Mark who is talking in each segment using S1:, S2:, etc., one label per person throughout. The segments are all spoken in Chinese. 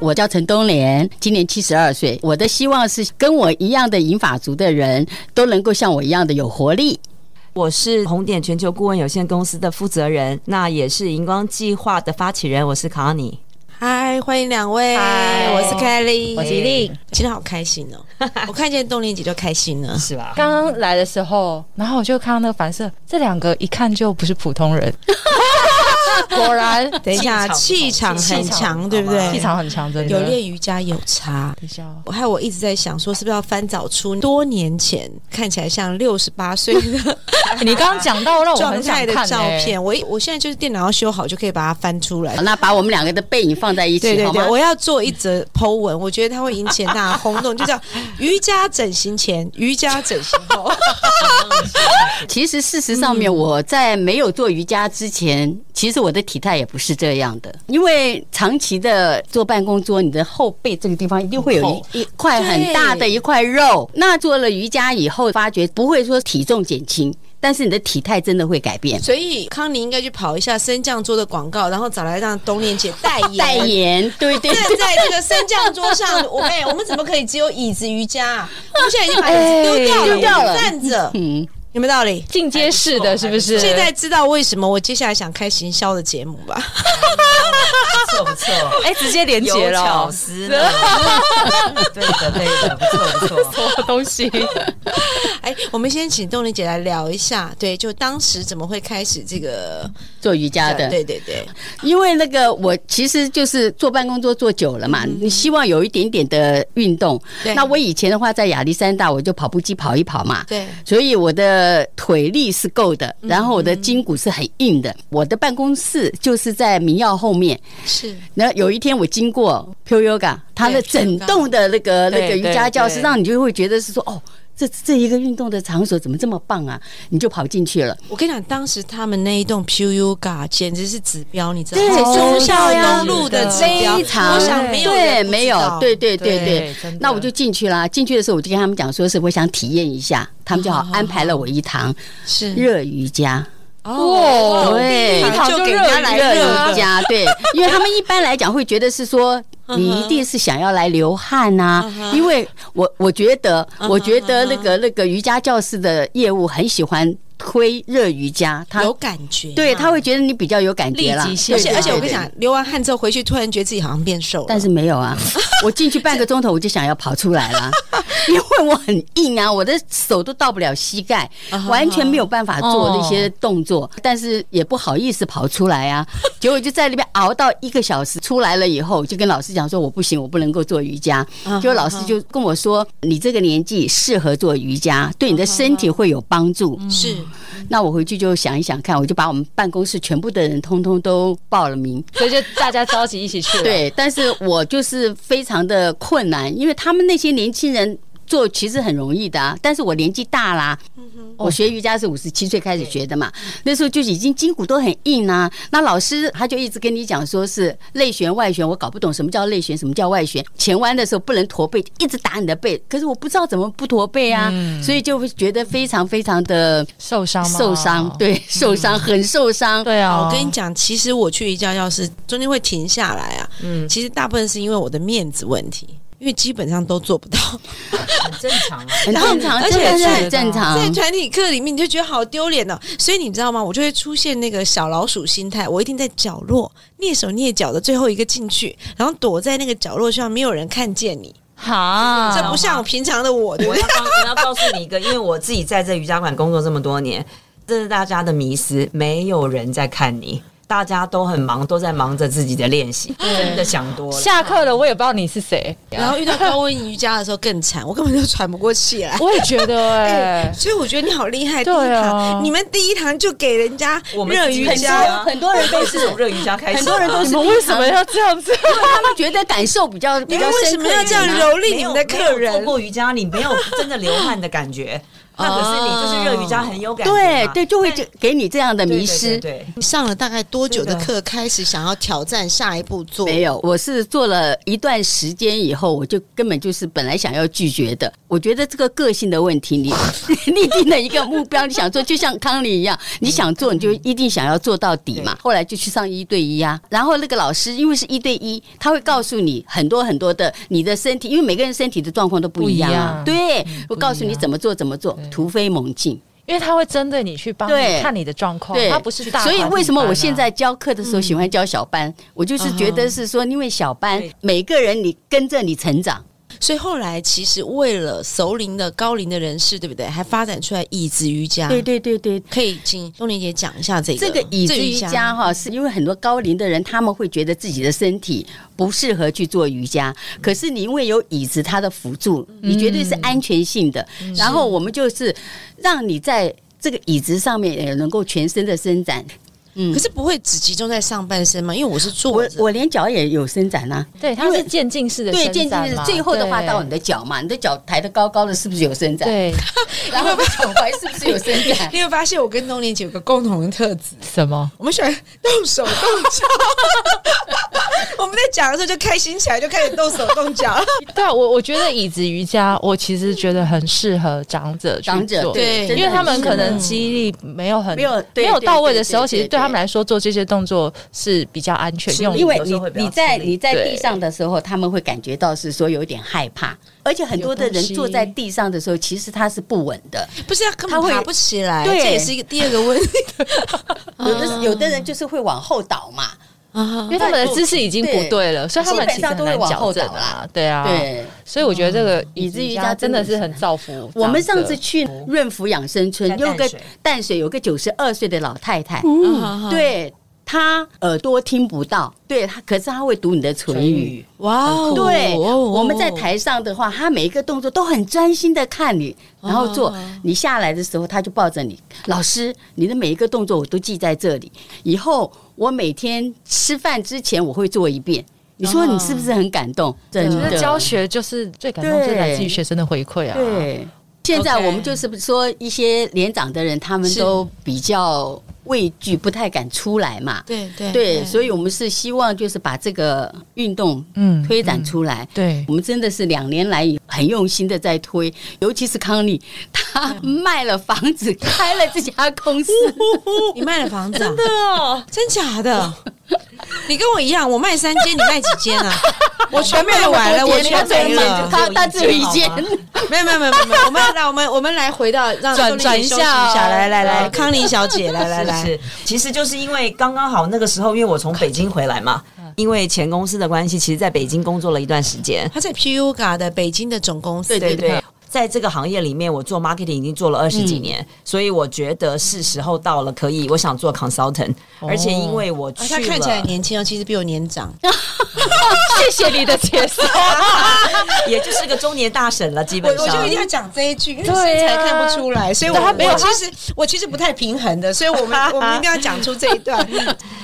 S1: 我叫陈东莲，今年七十二岁。我的希望是跟我一样的银发族的人都能够像我一样的有活力。
S2: 我是红点全球顾问有限公司的负责人，那也是荧光计划的发起人。我是康妮，
S3: 嗨，欢迎两位，我是 Kelly，
S4: 我是令，
S3: 今天好开心哦！我看见冻龄姐就开心了，
S4: 是吧？
S5: 刚刚来的时候，然后我就看到那个反射，这两个一看就不是普通 人，果然
S3: 等一下气场很强，对不对？
S5: 气场很强，真的
S3: 有练瑜伽有差。
S5: 等一下哦，
S3: 我还我一直在想说，是不是要翻找出多年前看起来像六十八岁的
S5: 哎你刚刚讲到让我
S3: 状
S5: 很想
S3: 态
S5: 看、
S3: 的
S5: 欸、
S3: 照片？我一我现在就是电脑要修好就可以把它翻出来
S1: 好。那把我们两个的背影放在一起，
S3: 对对
S1: 好
S3: 对，
S1: 吗？
S3: 我要做一则 Po 文，我觉得它会引起很大的轰动，就 叫瑜伽整形前、瑜伽整形后。
S1: 其实事实上面，我在没有做瑜伽之前，其实我的体态也不是这样的，因为长期的坐办公桌，你的后背这个地方一定会有一一块很大的一块肉。那做了瑜伽以后，发觉不会说体重减轻，但是你的体态真的会改变。
S3: 所以康妮应该去跑一下升降桌的广告，然后找来让冬莲姐 代言。
S1: 代言，对 对
S3: 站
S1: 对。
S3: 在这个升降桌上， 我哎、我们怎么可以只有椅子瑜伽、啊？我们现在已经把椅哎子丢掉了，
S1: 丢掉了
S3: 站着
S1: 嗯，
S3: 有没有道理？
S5: 进阶式的是不是？
S3: 现在知道为什么我接下来想开行销的节目吧？
S4: 不错不 错，
S5: 哎、直接连
S4: 有
S5: 接了哦，
S4: 巧思呢。 对的对的，不错不错。
S5: 什么东西？
S3: 哎，我们先请冻龄姐来聊一下，对，就当时怎么会开始这个？
S1: 做瑜伽的，
S3: 对对对，
S1: 因为那个我其实就是坐办公桌坐久了嘛，你希望有一点点的运动
S3: 对。
S1: 那我以前的话，在亚历山大我就跑步机跑一跑嘛，
S3: 对
S1: 所以我的腿力是够的，然后我的筋骨是很硬的。我的办公室就是在民耀后面，
S3: 是
S1: 那有一天我经过 Pure Yoga，它的
S3: 对
S1: 整栋的那个
S5: 对
S1: 那个瑜
S5: 对
S1: 伽教室，
S5: 对
S1: 让你就会觉得是说哦。这这一个运动的场所怎么这么棒啊？你就跑进去了，
S3: 我跟你讲，当时他们那一栋 Pure Yoga 简直是指标，你知道吗？
S1: 对
S3: 忠
S1: 忠孝呀
S3: 孝东路的指标，
S1: 非常
S3: 我想没有人不
S1: 对，
S3: 知
S1: 没有
S3: 道，
S1: 对对对
S5: 对
S1: 对
S5: 真的。
S1: 那我就进去啦。进去的时候，我就跟他们讲，说是我想体验一下，他们就好安排了我一
S3: 哦
S1: 堂
S3: 是哦
S1: 热瑜伽。
S5: 哇
S1: 对
S5: 一堂
S3: 就
S5: 就
S3: 给
S5: 热
S3: 人家来热
S1: 瑜伽，对，因为他们一般来讲会觉得是说。你一定是想要来流汗呐、
S3: 嗯
S1: 啊
S3: 哼
S1: 因为我我觉得，
S3: 嗯哼
S1: 我觉得那个那个瑜伽教室的业务很喜欢推热瑜伽，他
S3: 有感觉，
S1: 对他会觉得你比较有感觉啦
S5: 立即。性
S3: 而
S1: 对
S3: 且
S1: 对
S3: 而且我
S1: 对
S3: 跟你
S1: 对
S3: 讲，流完汗之后回去，突然觉得自己好像变瘦了。
S1: 但是没有啊，我进去半个钟头我就想要跑出来了，因为我很硬啊，我的手都到不了膝盖，完全没有办法做那些动作，但是也不好意思跑出来啊。结果就在那边熬到一个小时，出来了以后就跟老师讲说我不行，我不能够做瑜伽。结果老师就跟我说，你这个年纪适合做瑜伽，对你的身体会有帮助。
S3: 是
S1: 那我回去就想一想看，我就把我们办公室全部的人通通都报了名。
S5: 所以就大家着急一起去
S3: 啊
S5: 了。
S1: 对，但是我就是非常的困难，因为他们那些年轻人做其实很容易的、啊，但是我年纪大啦，
S3: 嗯
S1: 我学瑜伽是五十七岁开始学的嘛，那时候就已经筋骨都很硬啊。那老师他就一直跟你讲说是内旋外旋，我搞不懂什么叫内旋，什么叫外旋。前弯的时候不能驼背，一直打你的背，可是我不知道怎么不驼背啊，
S3: 嗯
S1: 所以就会觉得非常非常的
S5: 受伤吗？
S1: 受伤，，对，受伤很受伤。
S5: 对啊，
S3: 啊，我跟你讲，其实我去瑜伽教室中间会停下来啊，嗯，其实大部分是因为我的面子问题，因为基本上都做不到。
S4: 很正常 啊。
S1: 很
S3: 然后
S1: 正常，
S3: 而
S1: 真
S3: 且
S1: 的是
S3: 在
S1: 很正常。
S3: 在团体课里面，你就觉得好丢脸哦。所以你知道吗？我就会出现那个小老鼠心态，我一定在角落蹑手蹑脚的最后一个进去，然后躲在那个角落上，没有人看见你。
S5: 哈，
S3: 这不像我平常的我，对不
S4: 啊我
S3: 对
S4: 要？告我要告诉你一个，因为我自己在这瑜伽馆工作这么多年，这是大家的迷思，没有人在看你。
S2: 大家都很忙，都在忙着自己的练习，真的想多了。
S6: 下课了，我也不知道你是谁。
S3: 然后遇到高温瑜伽的时候更惨，我根本就喘不过气来。
S6: 我也觉 得哎、
S3: 所以我觉得你好厉害，第一
S6: 对啊
S3: 堂你们第一堂就给人家
S2: 我们
S3: 热
S2: 自己
S3: 瑜
S2: 很
S3: 伽，
S2: 多
S1: 很多人都是
S2: 从热瑜伽开始，
S1: 很多人都
S6: 你
S1: 是
S6: 们为什么要这样子？
S1: 因为他们觉得感受比较比
S3: 你
S1: 较
S3: 们为什
S1: 深
S3: 么
S1: 刻
S3: 要
S1: 一
S3: 这样
S1: 点啊。
S3: 蹂躏
S2: 没
S3: 你
S2: 有
S3: 们的客
S2: 没有做
S3: 人？
S2: 过瑜伽，你没有 真的流汗的感觉，那可是你就是热瑜伽很有感觉
S1: 对
S2: 嘛，
S1: 对，就会就给你这样的
S2: 对
S1: 迷
S2: 对
S1: 失。
S2: 对对
S4: 你上了大概多久的课，开始想要挑战下一步做？
S1: 没有，我是做了一段时间以后，我就根本就是本来想要拒绝的。我觉得这个个性的问题，你你定了一个目标，你想做，就像康妮一样，你想做你就一定想要做到底嘛。后来就去上一对一啊，然后那个老师因为是一对一，他会告诉你很多很多的你的身体，因为每个人身体的状况都不一样啊。
S6: 不
S1: 对，我告诉你怎么做怎么做，突飞猛进。
S6: 因为他会针对你去帮你
S1: 对
S6: 看你的状况，
S1: 对，
S6: 他不是大团体
S1: 所
S6: 班啊、
S1: 以为什么我现在教课的时候喜欢教小班？我就是觉得是说，因为小班
S2: 对
S1: 每个人你跟着你成长，
S3: 所以后来其实为了熟龄的高龄的人士，对不对？还发展出来椅子瑜伽。
S1: 对，对对对。
S3: 可以请钟玲姐讲一下这个
S1: 啊这个椅子瑜伽哈，是因为很多高龄的人，他们会觉得自己的身体不适合去做瑜伽。可是你因为有椅子它的辅助，你绝对是安全性的。然后我们就是让你在这个椅子上面也能够全身的伸展。嗯
S3: 可，是不会只集中在上半身吗？因为我是坐
S1: 我
S3: 着，
S1: 我连脚也有伸展啊，
S6: 对他是渐进式的
S1: 对，
S6: 伸
S1: 渐进
S6: 展
S1: 式
S6: 嘛
S1: 最后的话
S6: 对
S1: 到你的脚嘛，你的脚抬得高高的，是不是有伸展？，
S6: 对
S1: 然后脚踝是不是有伸 展？
S3: 你会发现我跟钟玲姐有个共同的特质，
S6: 什么？
S3: 我们喜欢动手动脚。我们在讲的时候就开心起来，就开始动手动脚。
S6: 对啊，我我觉得椅子瑜伽，我其实觉得很适合长者去
S1: 长者
S6: 做
S3: 对
S1: 真的
S6: 因为他们
S1: 是
S6: 可能肌力没有很
S1: 没有对
S6: 没有到位的时候，
S1: 对对
S6: 其实对他们来说做这些动作是比较安全，用
S1: 因为
S2: 有时
S1: 你
S2: 候会比较
S1: 你在
S2: 吃力
S1: 你在
S6: 对
S1: 地上的时候，他们会感觉到是说有点害怕，而且很多的人坐在地上的时候，其实他是不稳的。
S3: 不是，他啊根
S1: 他
S3: 本
S1: 会
S3: 爬不起来，
S1: 对
S3: 这也是一个第二个 问题
S6: 啊
S1: 有的有的人就是会往后倒嘛，
S3: 啊
S6: 因。为他们的姿势已经不对了，所以他们其实很难矫正
S1: 基本上都会往后
S6: 啊，对啊，，
S1: 对。嗯
S6: 所以我觉得这个椅子
S1: 椅子
S6: 瑜
S1: 瑜
S6: 伽
S1: 伽
S6: 真
S1: 真
S6: 的
S1: 的是
S6: 是很造福。
S1: 我们上次，去润福养生村
S2: 在，淡
S1: 有个
S2: 水
S1: 淡水有个九十二岁的老太太，
S3: 嗯，对，
S1: 对她耳朵听不到，对她，可是她会读你的唇语。
S3: 哇哦，
S1: 对，
S3: 哦
S1: 我们在，台上的话，他每一个动作都很专心的看你，然后做
S3: 哦。
S1: 你下来的时候，他就抱着你，老师，你的每一个动作我都记在这里。以后我每天吃饭之前我会做一遍。你说你是不是很感动？真
S6: 我觉
S1: 的
S6: 得教学就是最感动，
S1: 对
S6: 就来自于学生的回馈啊。
S1: 对。现在
S3: OK
S1: 我们就是说，一些年长的人他们
S3: 是
S1: 都比较畏惧，不太敢出来嘛。
S3: 对对
S1: 对，所
S3: 以
S1: 以我们是希望就是把这个运动
S6: 嗯
S1: 推展出来。
S6: 对，
S1: 我们真的是两年来很用心的在推，尤其是康妮，她卖了房子，开了自家公司，
S3: 你卖了房子，真的哦，真假的？你跟我一样，我卖三间，你卖几间啊？ 我全卖完了，我全没了。
S1: 她她只有一
S2: 只有一
S1: 间
S2: 间好吗，
S3: 没有没有没有没有，我们来我们我们来回到让
S6: 转
S3: 钟丽
S6: 转
S3: 姐
S6: 一
S3: 休
S6: 下
S3: 息
S6: 哦
S3: 来来来，康妮小姐来 来
S2: 是
S3: 来，
S2: 是，其实就是因为刚刚好那个时候，因为我从北京回来嘛，
S3: 嗯
S2: 因为前公司的关系，其实在北京工作了一段时间。
S3: 她在 Puga 的北京的总公司，
S2: 对对，在这个行业里面，我做 marketing 已经做了二十几
S3: 嗯
S2: 年，所以我觉得是时候到了，可以我想做 consultant，、而且因为我
S3: 啊
S2: 去
S3: 她
S2: 了，
S3: 看起来年轻哦，其实比我年 长。
S6: 谢谢你的解释。
S2: 也就是个中年大婶了，基
S3: 我
S2: 本
S3: 我
S2: 上。
S3: 就一定要讲这一句，因为
S6: 对
S3: 身材
S6: 啊
S3: 看不出来，所以我
S6: 对他没有
S3: 我其
S6: 他
S3: 实我其实不太平衡的，所以我们 我们一定要讲出这一段。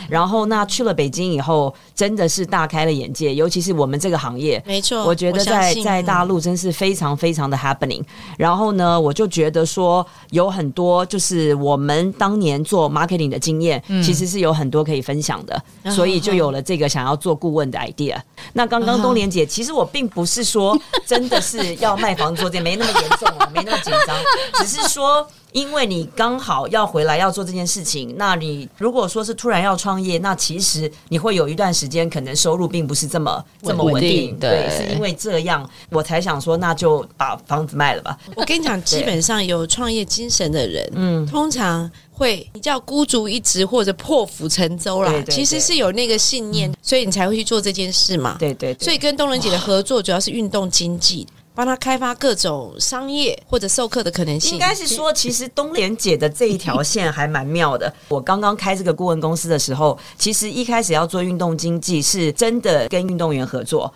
S2: 然后那去了北京以后，真的是大开了眼界，尤其是我们这个行 业，
S3: 没错
S2: 我觉得
S3: 我相
S2: 在
S3: 信
S2: 在大陆真是非常非常的 happening。然后呢，我就觉得说有很多就是我们当年做 marketing 的经验，
S3: 嗯
S2: 其实是有很多可以分享的，所以就有了这个想要做顾问的 idea。那刚刚
S3: 嗯
S2: 东莲姐，其实我并不是 说真的是要卖房做这，没那么严重啊，没那么紧张，只是说。因为你刚好要回来要做这件事情，那你如果说是突然要创业，那其实你会有一段时间可能收入并不是这么这么稳
S6: 稳定对
S2: 对，是因为这样我才想说那就把房子卖了吧。
S3: 我跟你讲，基本上有创业精神的人，嗯，通常会你叫孤注一掷或者破釜沉舟啦
S2: 对，对
S3: 其实
S2: 对
S3: 是有那个信念，所以你才会去做这件事嘛。
S2: 对对对，
S3: 所以跟东仁姐的合作主要是运动经济。帮他开发各种商业或者授课的可能性。
S2: 应该是说，其实东联姐的这一条线还蛮妙的。我刚刚开这个顾问公司的时候，其实一开始要做运动经济，是真的跟运动员合作。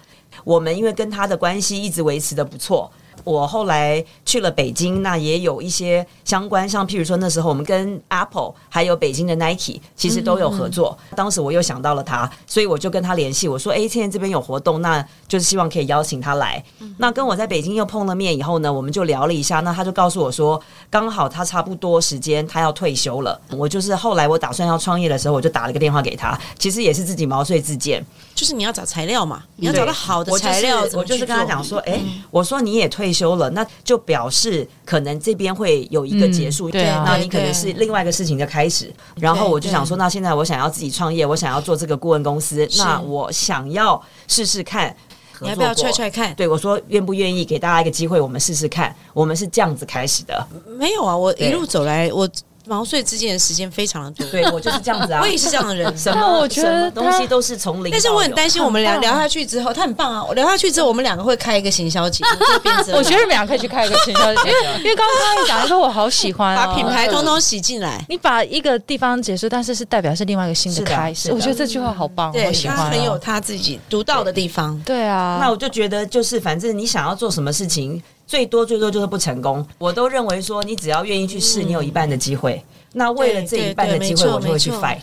S2: 我们因为跟他的关系一直维持的不错。我后来去了北京，那也有一些相关，像譬如说那时候我们跟 Apple 还有北京的 Nike 其实都有合作。当时我又想到了他，所以我就跟他联系，我说：“哎，现在这边有活动，那就是希望可以邀请他来。那跟我在北京又碰了面以后呢，我们就聊了一下。那他就告诉我说，刚好他差不多时间他要退休了。我就是后来我打算要创业的时候，我就打了个电话给他，其实也是自己毛遂自荐。
S3: 就是你要找材料嘛，你要找到好的
S2: 我
S3: 材料。
S2: 就是、我就是
S3: 怎么去
S2: 跟他
S3: 做嗯
S2: 讲说，哎、我说你也退休了，那就表示可能这边会有一个结
S6: 嗯
S2: 束，
S6: 对啊
S2: 那你可
S3: 对
S2: 能是另外一个事情的开始。然后我就想说，那现在我想要自己创业，我想要做这个顾问公司，那我想要试试看。
S3: 你要不要
S2: 合作
S3: 踹
S2: 过
S3: 踹看？
S2: 对我说，愿不愿意给大家一个机会，我们试试看。我们是这样子开始的，
S3: 没有啊，我一
S2: 对
S3: 路走来，我毛遂自荐的时间非常的多。
S2: 对我就是这样子啊。
S3: 我也是这样 的人。
S2: 什
S6: 但
S2: 么
S6: 我觉得
S2: 什么东
S6: 他
S2: 西都是从零到有，
S3: 但是我很担心，我们俩
S6: 很棒
S3: 聊下去之后，他很棒啊！我聊下去之后，我们两个会开一个行销 节目，就变成
S6: 我觉得你们俩可以去开一个行销，因为因为刚刚他讲说，我好喜欢、哦
S3: 把品。牌通通洗进来。
S6: 你把一个地方结束，但是是代表是另外一个新的
S2: 是的
S6: 开始。
S2: 是的
S6: 我觉得这句话好棒，
S3: 对
S6: 我，喜
S2: 啊
S3: 他
S6: 欢
S3: 很有
S6: 哦。
S3: 他自己独到的地方。
S6: 对啊，
S2: 那我就觉得，就是反正你想要做什么事情，最多最多就是不成功。我都认为说，你只要愿意去试，你有一半的机会。那为了这一半的机
S3: 对对
S2: 会，
S3: 对
S2: 我就会去
S3: 没错
S2: fight。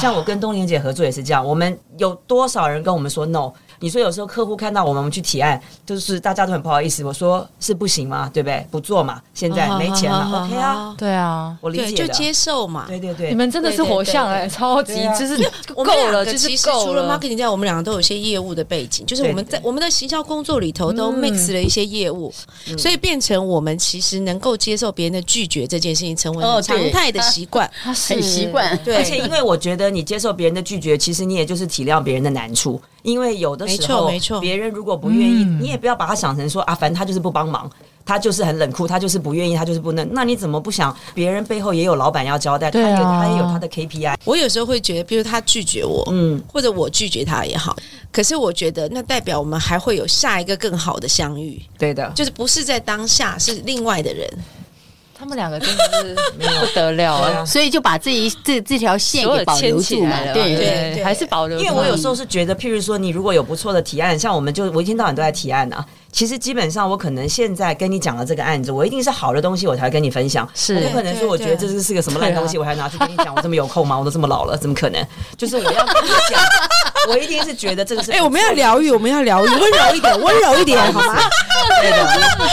S2: 像我跟东莲姐合作也是这样，我们有多少人跟我们说 no？你说有时候客户看到我们，我们去提案，就是大家都很不好意思。我说是不行吗？对不对？不做嘛，现在
S3: 啊
S2: 没钱了，OK 啊，，
S6: 对啊，
S2: 我理
S3: 对，
S2: 解
S3: 就
S2: 的。
S3: 接受嘛。
S2: 对对对，
S6: 你们真的是火象哎、超级
S2: 对啊
S6: 就是
S3: 我们
S6: 够
S3: 两
S6: 了，
S3: 个
S6: 就是
S3: 其实
S6: 够
S3: 除了
S6: 了。
S3: marketing 在，我们两个都有一些业务的背景，就是我们在
S2: 对对
S3: 我们的行销工作里头都
S6: 嗯
S3: mix 了一些业务，
S2: 嗯
S3: 所以变成我们其实能够接受别人的拒绝这件事情，成为
S1: 哦
S3: 常
S1: 对
S3: 态的习惯。
S6: 他是
S1: 很习惯。
S3: 对，
S2: 而且因为我觉得你接受别人的拒绝，其实你也就是体谅别人的难处，因为有的时
S3: 没
S2: 候，
S3: 错没错
S2: 别人如果不愿意，
S6: 嗯
S2: 你也不要把他想成说啊，反正他就是不帮忙。他就是很冷酷，他就是不愿意，他就是不能。那你怎么不想？别人背后也有老板要交代，他
S6: 对
S2: 也
S6: 啊
S2: 他也有他的 KPI。
S3: 我有时候会觉得，比如他拒绝我，
S2: 嗯，
S3: 或者我拒绝他也好，可是我觉得那代表我们还会有下一个更好的相遇，
S2: 对的，
S3: 就是不是在当下，是另外的人。
S6: 他们两个真的是不得了
S2: 对
S6: 啊
S2: 啊，
S1: 所以就把这一这这条线
S6: 所
S1: 给
S6: 有
S1: 保
S6: 牵
S1: 留
S6: 起
S1: 住嘛
S6: 来，了，啊
S1: 对
S3: 对
S6: 对，还是保留住
S2: 因
S6: 嘛。
S2: 为我有时候是觉得，譬如说，你如果有不错的提案，像我们就我一天到晚都在提案啊。其实基本上，我可能现在跟你讲了这个案子，我一定是好的东西，我才会跟你分享。
S6: 是
S2: 我不可能说我觉得
S3: 对
S2: 这是是个什么烂东西，
S6: 对
S2: 我还拿去跟你讲。我这么有空吗？我都这么老了，怎么可能？就是我要跟你讲，啊我一定是觉得这个是。
S3: 哎、 我们要疗愈，我们要疗 愈，温柔一点，温柔一点，好吗？
S2: 对的，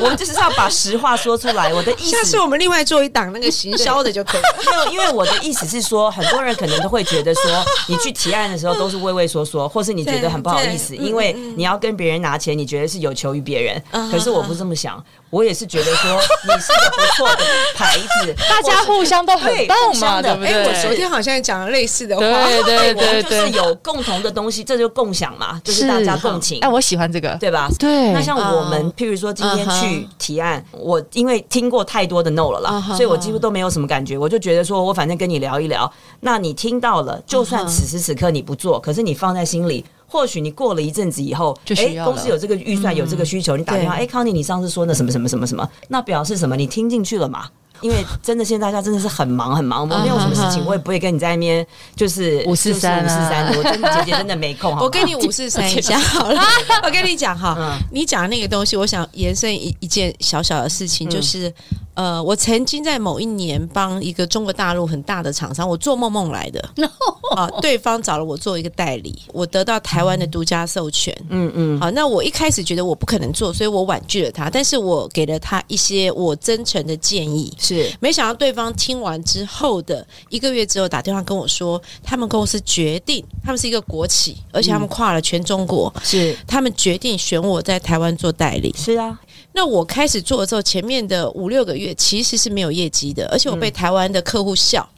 S2: 我们就是要把实话说出来。我的意
S3: 下次
S2: 思
S3: 我。们另外做一档那个行销的就可以了。
S2: 没有，因为我的意思是说，很多人可能都会觉得说，你去提案的时候都是畏畏缩缩，或是你觉得很不好意思，
S6: 嗯
S3: 对对
S2: 因为你要跟别人拿钱，你觉得是有求于别人。
S3: 嗯
S2: 可是我不是这么想，我也是觉得说，你是个不错的牌子，
S6: 大家互相都很
S2: 对
S6: 棒
S2: 互
S6: 嘛，
S2: 相
S6: 对
S2: 的
S6: 不
S3: 哎、
S6: 对？
S3: 我昨天好像也讲了类似的话。
S6: 对对
S2: 我
S6: 对
S2: 们就
S6: 对，
S2: 是有共同的东西，这就共享嘛，就是大家共情
S6: 哎，。我喜欢这个，
S2: 对吧？
S6: 对
S2: 那像我们
S3: 嗯，
S2: 譬如说今天
S3: 嗯
S2: 去提案，我因为听过太多的 no 了
S3: 嗯
S2: 啦，
S3: 哼
S2: 所以我几乎都没有什么感觉。我就觉得说，我反正跟你聊一聊，那你听到了，就算此时此刻你不做，可是你放在心里。或许你过了一阵子以后，
S6: 就需
S2: 哎
S6: 要，了
S2: 公司有这个预算，有这个需求，你打电话，
S3: 对
S2: 哎，康妮，你上次说那什么什么什么什么，那表示什么？你听进去了嘛？因为真的，现在大家真的是很忙很忙，我没有什么事情，我也不会跟你在那边就是
S6: 543啊
S2: 五四三，我真的姐姐真的没空，好吗
S3: 我跟你五四三 一下好了。我跟你讲哈
S2: 嗯，
S3: 你讲那个东西，我想延伸一一件小小的事
S2: 嗯
S3: 情，就是、呃，我曾经在某一年帮一个中国大陆很大的厂商，我做梦梦来的
S2: 哦
S3: 啊，对方找了我做一个代理，我得到台湾的独家授权。
S2: 嗯嗯，
S3: 好，那我一开始觉得我不可能做，所以我婉拒了他，但是我给了他一些我真诚的建议。
S2: 是
S3: 没想到对方听完之后的一个月之后打电话跟我说，他们公司决定，他们是一个国企，而且他们跨了全中国，
S2: 是
S3: 他们决定选我在台湾做代理。
S2: 是啊，
S3: 那我开始
S1: 嗯
S3: 做的时候，前面的五六个月其实是没有业绩的，而且我被台湾的客户笑。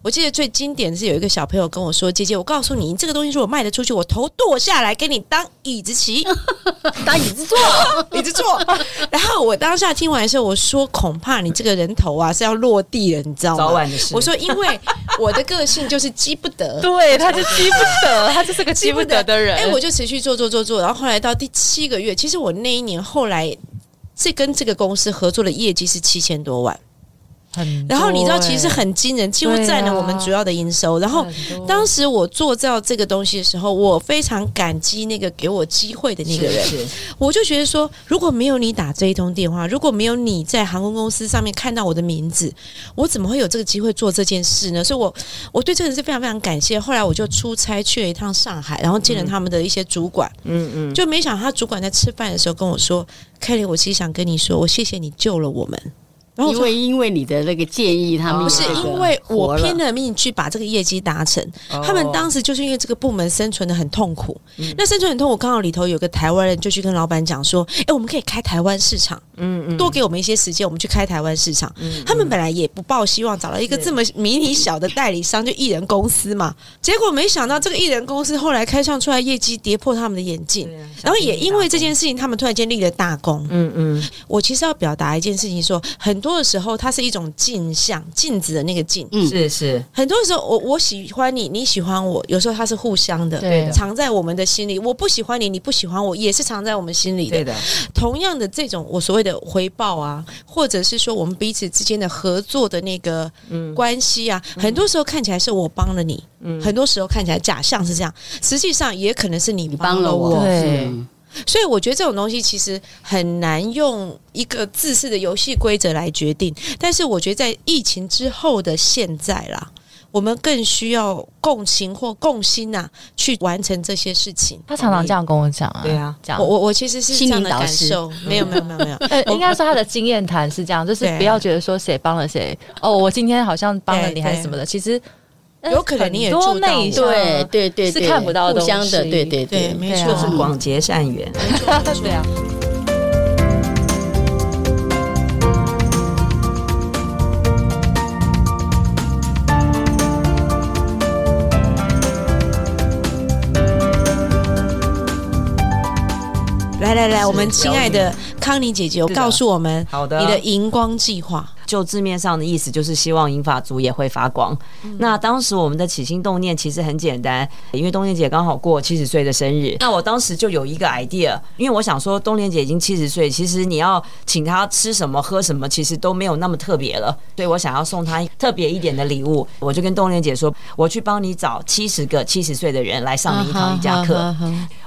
S3: 我记得最经典的是有一个小朋友跟我说：“姐姐，我告诉你，你这个东西如果卖得出去，我头剁下来给你当椅子骑，
S1: 当椅子坐，
S3: 椅子坐。”然后我当下听完的时候，我说：“恐怕你这个人头啊是要落地了，你知道吗？”
S2: 早晚的事
S3: 我说：“因为我的个性就是积不得。”
S6: 对，他就记不得，他就是个记不得的人。
S3: 哎、我就持续做做做做，然后后来到第七个月，其实我那一年后来。这跟这个公司合作的业绩是七千多万，
S6: 很多
S3: 然后你知道其实
S6: 哎
S3: 很惊人，几乎占了我们主要的营收。然后
S6: 很多
S3: 当时我做到这个东西的时候，我非常感激那个给我机会的那个人。
S2: 是
S3: 我就觉得说，如果没有你打这一通电话，如果没有你在航空公司上面看到我的名字，我怎么会有这个机会做这件事呢？所以我，我对这个人是非常非常感谢。后来我就出差去了一趟上海，然后见了他们的一些主管，
S2: 嗯嗯，
S3: 就没想到他主管在吃饭的时候跟我说：“凯莉，我其实想跟你说，我谢谢你救了我们。”然后我
S1: 因
S3: 说。
S1: 为因为你的那个建议，他们
S3: 不是
S1: 也这个
S3: 因为我
S1: 活了哦
S3: 拼了命去把这个业绩达成，他们当时就是因为这个部门生存的很痛苦，
S1: 嗯
S3: 那生存很痛苦，刚好里头有个台湾人就去跟老板讲说：“哎、我们可以开台湾市场，嗯嗯，多给我们一些时间，我们去开台湾市场。
S1: 嗯
S3: 他们本来也不抱希望找到一个这么迷你小的代理商，就艺人公司嘛，结果没想到这个艺人公司后来开创出来业绩跌破他们的眼镜，
S2: 啊
S3: 然后也因为这件事情，他们突然间立了大功。
S2: 嗯嗯，
S3: 我其实要表达一件事情说很多的时候，它是一种镜像，镜子的那个镜。
S1: 嗯
S2: 是是，
S3: 很多时候我，我喜欢你，你喜欢我，有时候它是互相的，
S6: 对的
S3: 藏在我们的心里。我不喜欢你，你不喜欢我，也是藏在我们心里的。
S2: 对的，
S3: 同样的，这种我所谓的回报啊，或者是说我们彼此之间的合作的那个关系啊，很多时候看起来是我帮了你，很多时候看起来假象是这样，实际上也可能是你
S1: 你
S3: 帮
S1: 帮
S3: 了
S1: 了
S3: 我。
S1: 我，
S6: 对
S1: 嗯
S3: 所以我觉得这种东西其实很难用一个自式的游戏规则来决定。但是我觉得在疫情之后的现在啦，我们更需要共情或共心呐、去完成这些事情。
S6: 他常常这样跟我讲啊，
S2: 对啊，
S6: 这样
S3: 我我我其实是这
S1: 心
S3: 样
S1: 灵
S3: 的
S1: 导
S3: 感
S1: 师
S3: 受，没有没有没有没有，
S6: 呃，应该说他的经验谈是这样，就是
S3: 对
S6: 不要觉得说谁帮了谁，哦，我今天好像帮了
S3: 对
S6: 你还是什么的，其实呃
S3: 有可能你也
S6: 很多
S3: 助到我
S6: 内向
S1: 对 对对，
S6: 是
S1: 对
S6: 看不到的
S1: 互相的，
S6: 东西
S1: 对对
S3: 对，
S1: 对。
S3: 没
S6: 对
S3: 错，
S6: 啊
S2: 就是广结善缘。
S6: 对啊，
S3: 来来来，我们亲爱的康妮姐姐，
S2: 的
S3: 告诉我们
S2: 好的
S3: 你的荧光计划。
S2: 就字面上的意思，就是希望银发族也会发光。那当时我们的起心动念其实很简单，因为冬莲姐刚好过七十岁的生日，那我当时就有一个 idea，因为我想说冬莲姐已经七十岁，其实你要请她吃什么喝什么，其实都没有那么特别了，所以我想要送她特别一点的礼物。我就跟冬莲姐说，我去帮你找七十个七十岁的人来上你一堂瑜伽课。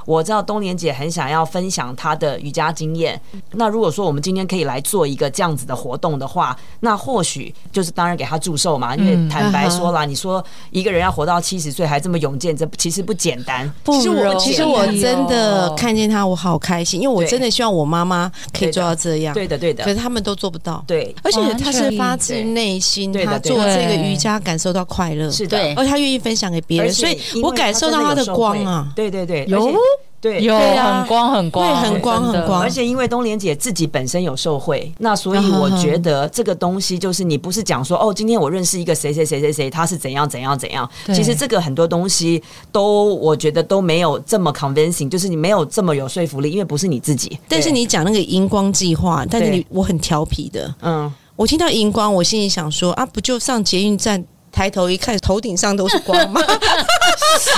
S2: 我知道冬莲姐很想要分享她的瑜伽经验。那如果说我们今天可以来做一个这样子的活动的话，那或许就是当然给她祝寿嘛。
S3: 嗯
S2: 因为坦白说啦，你说一个人要活到七十岁还这么勇健，这其实不简 单。
S3: 其实我
S6: 容易
S3: 其实我真的
S6: 哦
S3: 看见他，我好开心，因为我
S2: 对
S3: 真的希望我妈妈可以做到这样。
S2: 对的，对
S3: 可是
S2: 的，
S3: 他们都做不到。，
S2: 对，
S3: 而且他是
S6: 完全
S3: 发自内心，
S2: 对对
S3: 他
S2: 的对
S3: 做
S2: 的
S3: 这个瑜伽感受到快乐，
S2: 是的
S1: 对。
S3: 而他愿意分享给别
S2: 而
S3: 人，
S2: 且
S3: 所以
S2: 因为
S3: 我感受到他
S2: 真
S3: 的
S2: 有受
S3: 光
S2: 惠
S3: 啊。
S2: 对对对，
S6: 有
S2: 而且对
S6: 有
S3: 对啊
S6: 很光很光，
S3: 对很光
S6: 真的
S3: 很光
S2: 而且因为东莲姐自己本身有受贿，那所以
S3: 嗯哼
S2: 我
S3: 哼
S2: 觉得这个东西就是你不是讲说哦，今天我认识一个谁谁谁谁谁，他是怎样怎样怎样。
S6: 对
S2: 其实这个很多东西都我觉得都没有这么 convincing，就是你没有这么有说服力，因为不是你自己。
S3: 但是
S2: 对
S3: 你讲那个荧光计划，但是
S2: 对
S3: 你我很调皮的，
S2: 嗯，
S3: 我听到荧光，我心里想说啊，不就上捷运站抬头一看，头顶上都是光 吗？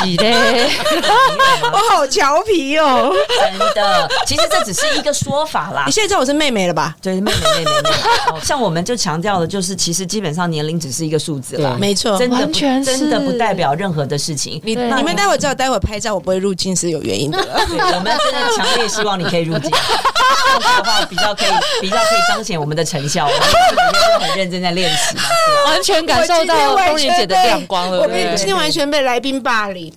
S6: 喜嘞，
S3: 我好调皮 哦！
S2: 真的，其实这只是一个说法啦
S3: 你。现在知道我是妹妹了吧？
S2: 对，妹妹妹妹妹妹，哦像我们就强调的就是，其实基本上年龄只是一个数字啦，
S3: 没错，
S2: 真的不
S6: 完全是
S2: 真的不代表任何的事情。
S3: 你
S6: 对
S3: 你们待会知道，待会拍照我不会入镜是有原因的。
S2: 对我们真的强烈希望你可以入境，这样子的话比较可以比较可以彰显我们的成效。我们这几天都很认真在练习啊嘛，是吧
S6: 完全感受到冬莲姐的亮光了。对
S3: 我
S6: 不对
S3: 们今天完全被来宾霸凌，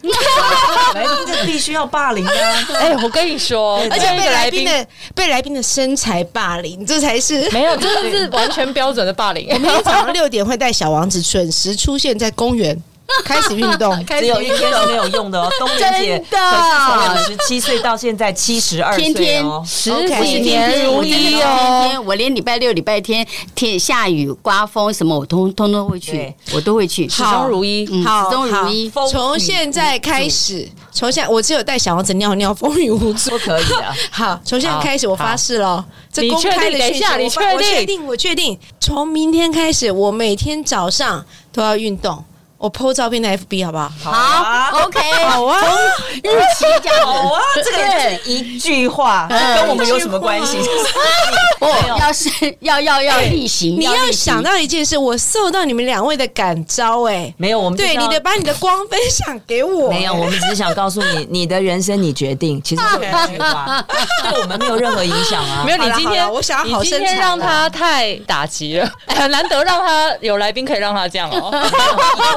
S2: 来宾就必须要霸凌啊！
S6: 哎，我跟你说，
S3: 而且
S6: 这
S3: 被
S6: 个
S3: 来宾的被来宾的身材霸凌，这才是。
S6: 没有， 真的是完全标准的霸凌。
S3: 每天早上六点会带小王子准时出现在公园，
S7: 开始运动，
S2: 只有一天是没有用的哦。冬莲姐
S1: 哎真的
S2: 可是从十七岁到现在七十二
S1: 天
S2: 岁
S1: 天
S2: 哦，
S6: 十
S7: OK
S6: 几
S1: 我
S6: 年
S1: 真的
S6: 如
S1: 我真的
S6: 一
S1: 天
S6: 哦。
S1: 天我连礼拜六、礼拜天天下雨、刮风什么，我通通通会去
S2: 对，
S1: 我都会去。
S6: 始终如一，
S1: 嗯，
S3: 好
S1: 始终如一。
S2: 风雨
S3: 从现在开始，从现在我只有带小王子尿尿，风雨无阻
S2: 不。可以 的。
S3: 好，从现在开始，我发誓了，这
S6: 你
S3: 公开
S6: 确定
S3: 的
S6: 等一
S3: 讯息
S6: 下
S3: 我
S6: 你
S3: 发
S6: 确
S3: 我确
S6: 定
S3: 定，我确定，从明天开始，我每天早上都要运动。我 PO 照片的 FB 好不好？
S2: 好啊
S1: 好，OK，
S3: 好啊，
S1: 哎日期讲
S2: 好啊，这个
S1: 对嗯
S2: 就是一句话，这跟我们有什么关系？
S1: 哦，要是要要要例行，
S3: 你要
S1: 例行
S3: 想到一件事，我受到你们两位的感召、哎，
S2: 没有，我们就是
S3: 对
S2: 要
S3: 你的把你的光分享给我、
S2: 没有，我们只是想告诉你，你的人生你决定，其实就有一 句话，对我们没有任何影响啊
S6: 没。有，你
S3: 好啦
S6: 今
S3: 好
S6: 天
S3: 啦我想要好啊
S6: 你今
S3: 身
S6: 天
S3: 材
S6: 让他太打击了， 很难得让他有来宾可以让他这样 哦。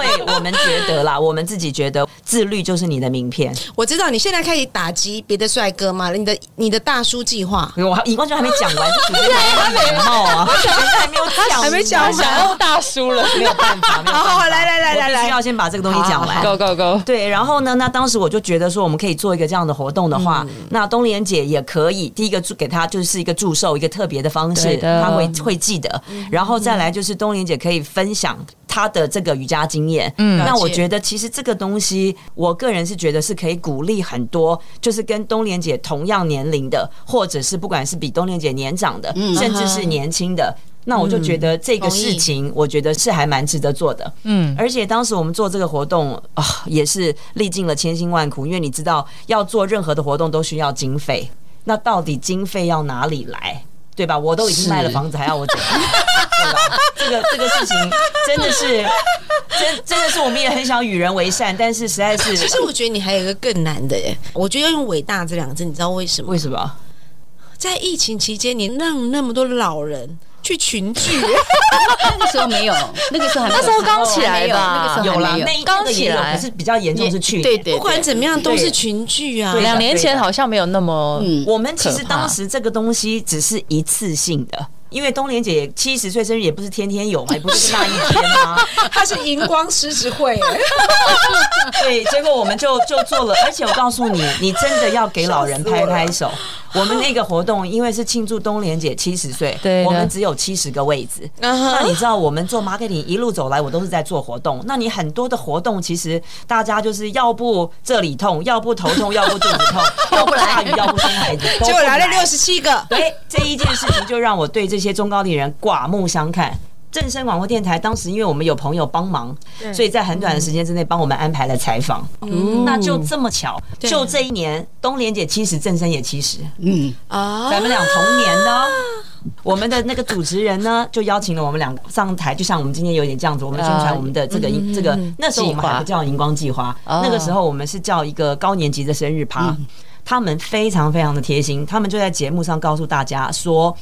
S2: 因为我们觉得啦，我们自己觉得自律就是你的名片。
S3: 我知道你现在开始打击别的帅哥嘛，你的你的大叔计划，
S2: 我还荧光就还没讲完，就直接还没礼貌啊，还没有讲，
S3: 还没讲
S6: 他
S3: 完
S6: 想要大叔 了
S2: 没有办法，没有办法
S3: 好好好来来来来
S2: 我必须
S3: 来
S2: 要先把这个东西讲完。
S6: ，Go Go Go！
S2: 对，然后呢？那当时我就觉得说，我们可以做一个这样的活动的话，那东莲姐也可以。第一个祝给她就是一个祝寿，一个特别的方式，
S6: 对的
S2: 她会会记得。然后再来就是东莲姐可以分享她的这个瑜伽经验。嗯，那我觉得其实这个东西，我个人是觉得是可以鼓励很多，就是跟东莲姐同样年龄的，或者是不管是比东莲姐年长的，甚至是年轻的。那我就觉得这个
S3: 同意
S2: 事情，我觉得是还蛮值得做的。
S5: 嗯，
S2: 而且当时我们做这个活动啊，也是历尽了千辛万苦，因为你知道要做任何的活动都需要经费，那到底经费要哪里来？对吧？我都已经卖了房子，还要我怎样？对吧？这个这个事情真的是，真真的是我们也很想与人为善，但是实在是
S3: 其实我觉得你还有一个更难的耶，我觉得要用“伟大”这两个字，你知道为什么？
S2: 为什么？
S3: 在疫情期间，你让那么多老人去群聚，
S1: 那个时候没有，那个时候还没有
S6: 那时候刚起来吧
S1: 还没有那个时候
S2: 有
S1: 还
S2: 啦
S1: 哦没，有
S2: 那
S6: 刚
S2: 那个也
S6: 起
S2: 有
S6: 来
S2: 可是比较严重是去年
S1: 对对，
S3: 不管怎么样都是群聚啊。
S2: 对
S6: 两年前好像没有那么
S1: 嗯
S2: 我们其实
S6: 可怕
S2: 当时这个东西只是一次性的，因为东莲姐七十岁生日也不是天天有嘛，也不是那一天啊。
S3: 他是荧光狮子 会，
S2: 对，结果我们就就做了，而且我告诉你，你真的要给老人拍拍手。我们那个活动因为是庆祝东莲姐七十岁，
S6: 对的
S2: 我们只有七十个位置。
S3: 嗯
S2: 那你知道我们做 marketing 一路走来，我都是在做活动。那你很多的活动，其实大家就是要不这里痛，要不头痛，要不肚子痛，要不下雨，要不生孩子，
S3: 结果来了
S2: 都不
S3: 六十七个。
S2: 对，哎这一件事情就让我对这些中高龄人刮目相看。正声广播电台当时因为我们有朋友帮忙，所以在很短的时间之内帮我们安排了采访。那就这么巧，就这一年，东莲姐七十，正声也七十，
S1: 嗯，
S3: 啊
S2: 咱们俩同年的哦。我们的那个主持人呢，就邀请了我们两个上台，就像我们今天有点这样子，我们宣传我们的这个这个，那时候我们还不叫荧光计划，
S6: 哦
S2: 那个时候我们是叫一个高年级的生日趴。他们非常非常的贴心，他们就在节目上告诉大家说。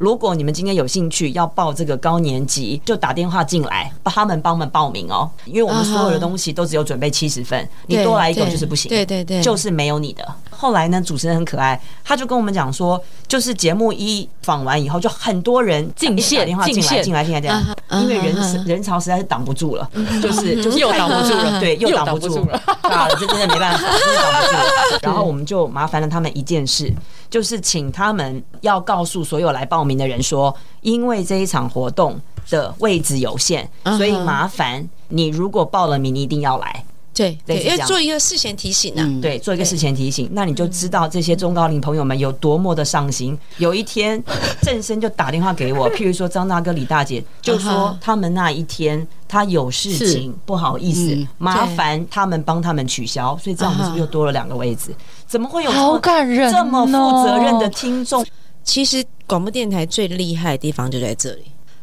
S2: 如果你们今天有兴趣要报这个高年级，就打电话进来，帮他们帮我们报名哦。因为我们所有的东西都只有准备七十分，你多来一个就是不行。
S3: 对对对，
S2: 就是没有你的。后来呢，主持人很可爱，他就跟我们讲说，就是节目一访完以后，就很多人
S6: 进
S2: 一直哎
S6: 线
S2: 打电话进
S6: 进
S2: 来，嗯
S6: 线
S2: 进来，进来，进来，因为人是人潮实在是挡不住了，就是就是
S6: 又挡不住了
S2: 对，又
S6: 又
S2: 挡
S6: 挡
S2: 嗯不
S6: 不
S2: 住
S6: 住了
S2: 了， 啊，这真的没办法，真的挡不住了。然后我们就麻烦了他们一件事，就是请他们要告诉所有来报名的人说，因为这一场活动的位置有限，所以麻烦你如果报了名，你一定要来。
S3: 对对，
S2: 类似这样
S3: 要做一个事前提醒啊。
S1: 嗯
S2: 对，做一个事前提醒，那你就知道这些中高龄朋友们有多么的上心。有一天，郑生就打电话给我，譬如说张大哥、李大姐，就说他们那一天他有事情，不好意思
S1: 嗯，
S2: 麻烦他们帮他们取消，所以这样我们是不是又多了两个位置？怎么会
S3: 嗯
S2: 有这么
S6: 好感人哦
S2: 这么负责任的听众？
S3: 其实广播电台最厉害的地方就在这里。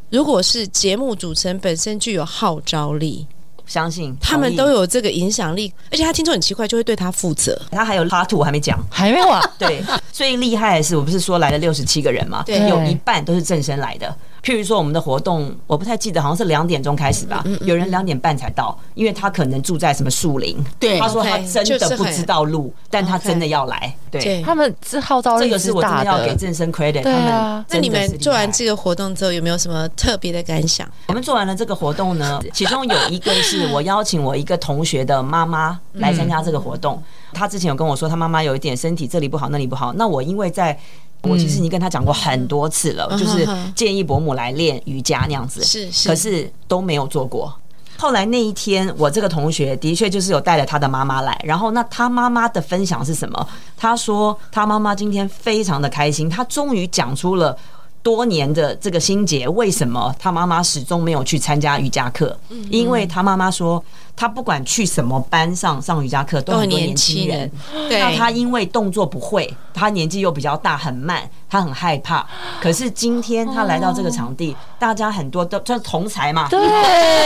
S3: 如果是节目主持人本身具有号召力，
S2: 相信
S3: 他们
S2: 同意
S3: 都，有这个影响力，而且他听众很奇怪，就会对他负责。
S2: 他还有哈图我还没讲。
S6: 还 没有啊？
S2: 对，最厉害的是，我不是说来了六十七个人嘛，
S3: 对
S2: 有一半都是正身来的，譬如说我们的活动，我不太记得，好像是两点钟开始
S3: 嗯
S2: 吧，有人两点半才到，因为他可能住在什么树林，
S1: 对
S2: 他说他
S3: OK，
S2: 真
S3: 就是
S2: 的不
S3: 很
S2: 知道路，但他
S3: OK
S2: 真的要来，对。
S6: 他们是号召
S2: 这
S6: 力
S2: 个
S6: 是
S2: 是我真
S6: 大
S2: 的要给
S6: 的，
S2: 正生 credit，他
S6: 对
S2: 们
S6: 啊
S3: 那你
S2: 真的是
S3: 们做
S2: 厉害
S3: 完这个活动之后，有没有什么特别的感想？
S2: 我们做完了这个活动呢，其中有一个是我邀请我一个同学的妈妈
S3: 嗯
S2: 来参加这个活动。她之前有跟我说，她妈妈有一点身体这里不好那里不好。那我因为在我其实已经跟她讲过很多次了，
S3: 嗯
S2: 就是
S3: 嗯嗯
S2: 建议伯母来练瑜伽那样子，
S3: 是是
S2: 可是都没有做过。后来那一天，我这个同学的确就是有带了他的妈妈来，然后那他妈妈的分享是什么？他说他妈妈今天非常的开心，他终于讲出了。多年的这个心结，为什么他妈妈始终没有去参加瑜伽课？
S3: 嗯
S2: 因为他妈妈说，他不管去什么班上上瑜伽课，都
S3: 都很
S2: 很多
S3: 年
S2: 年轻
S3: 轻
S2: 人
S3: 人。，对，
S2: 那他因为动作不会，他年纪又比较大，很慢，他很害怕。可是今天他来到这个场
S3: 哦
S2: 地，大家很多都就是同才嘛，对，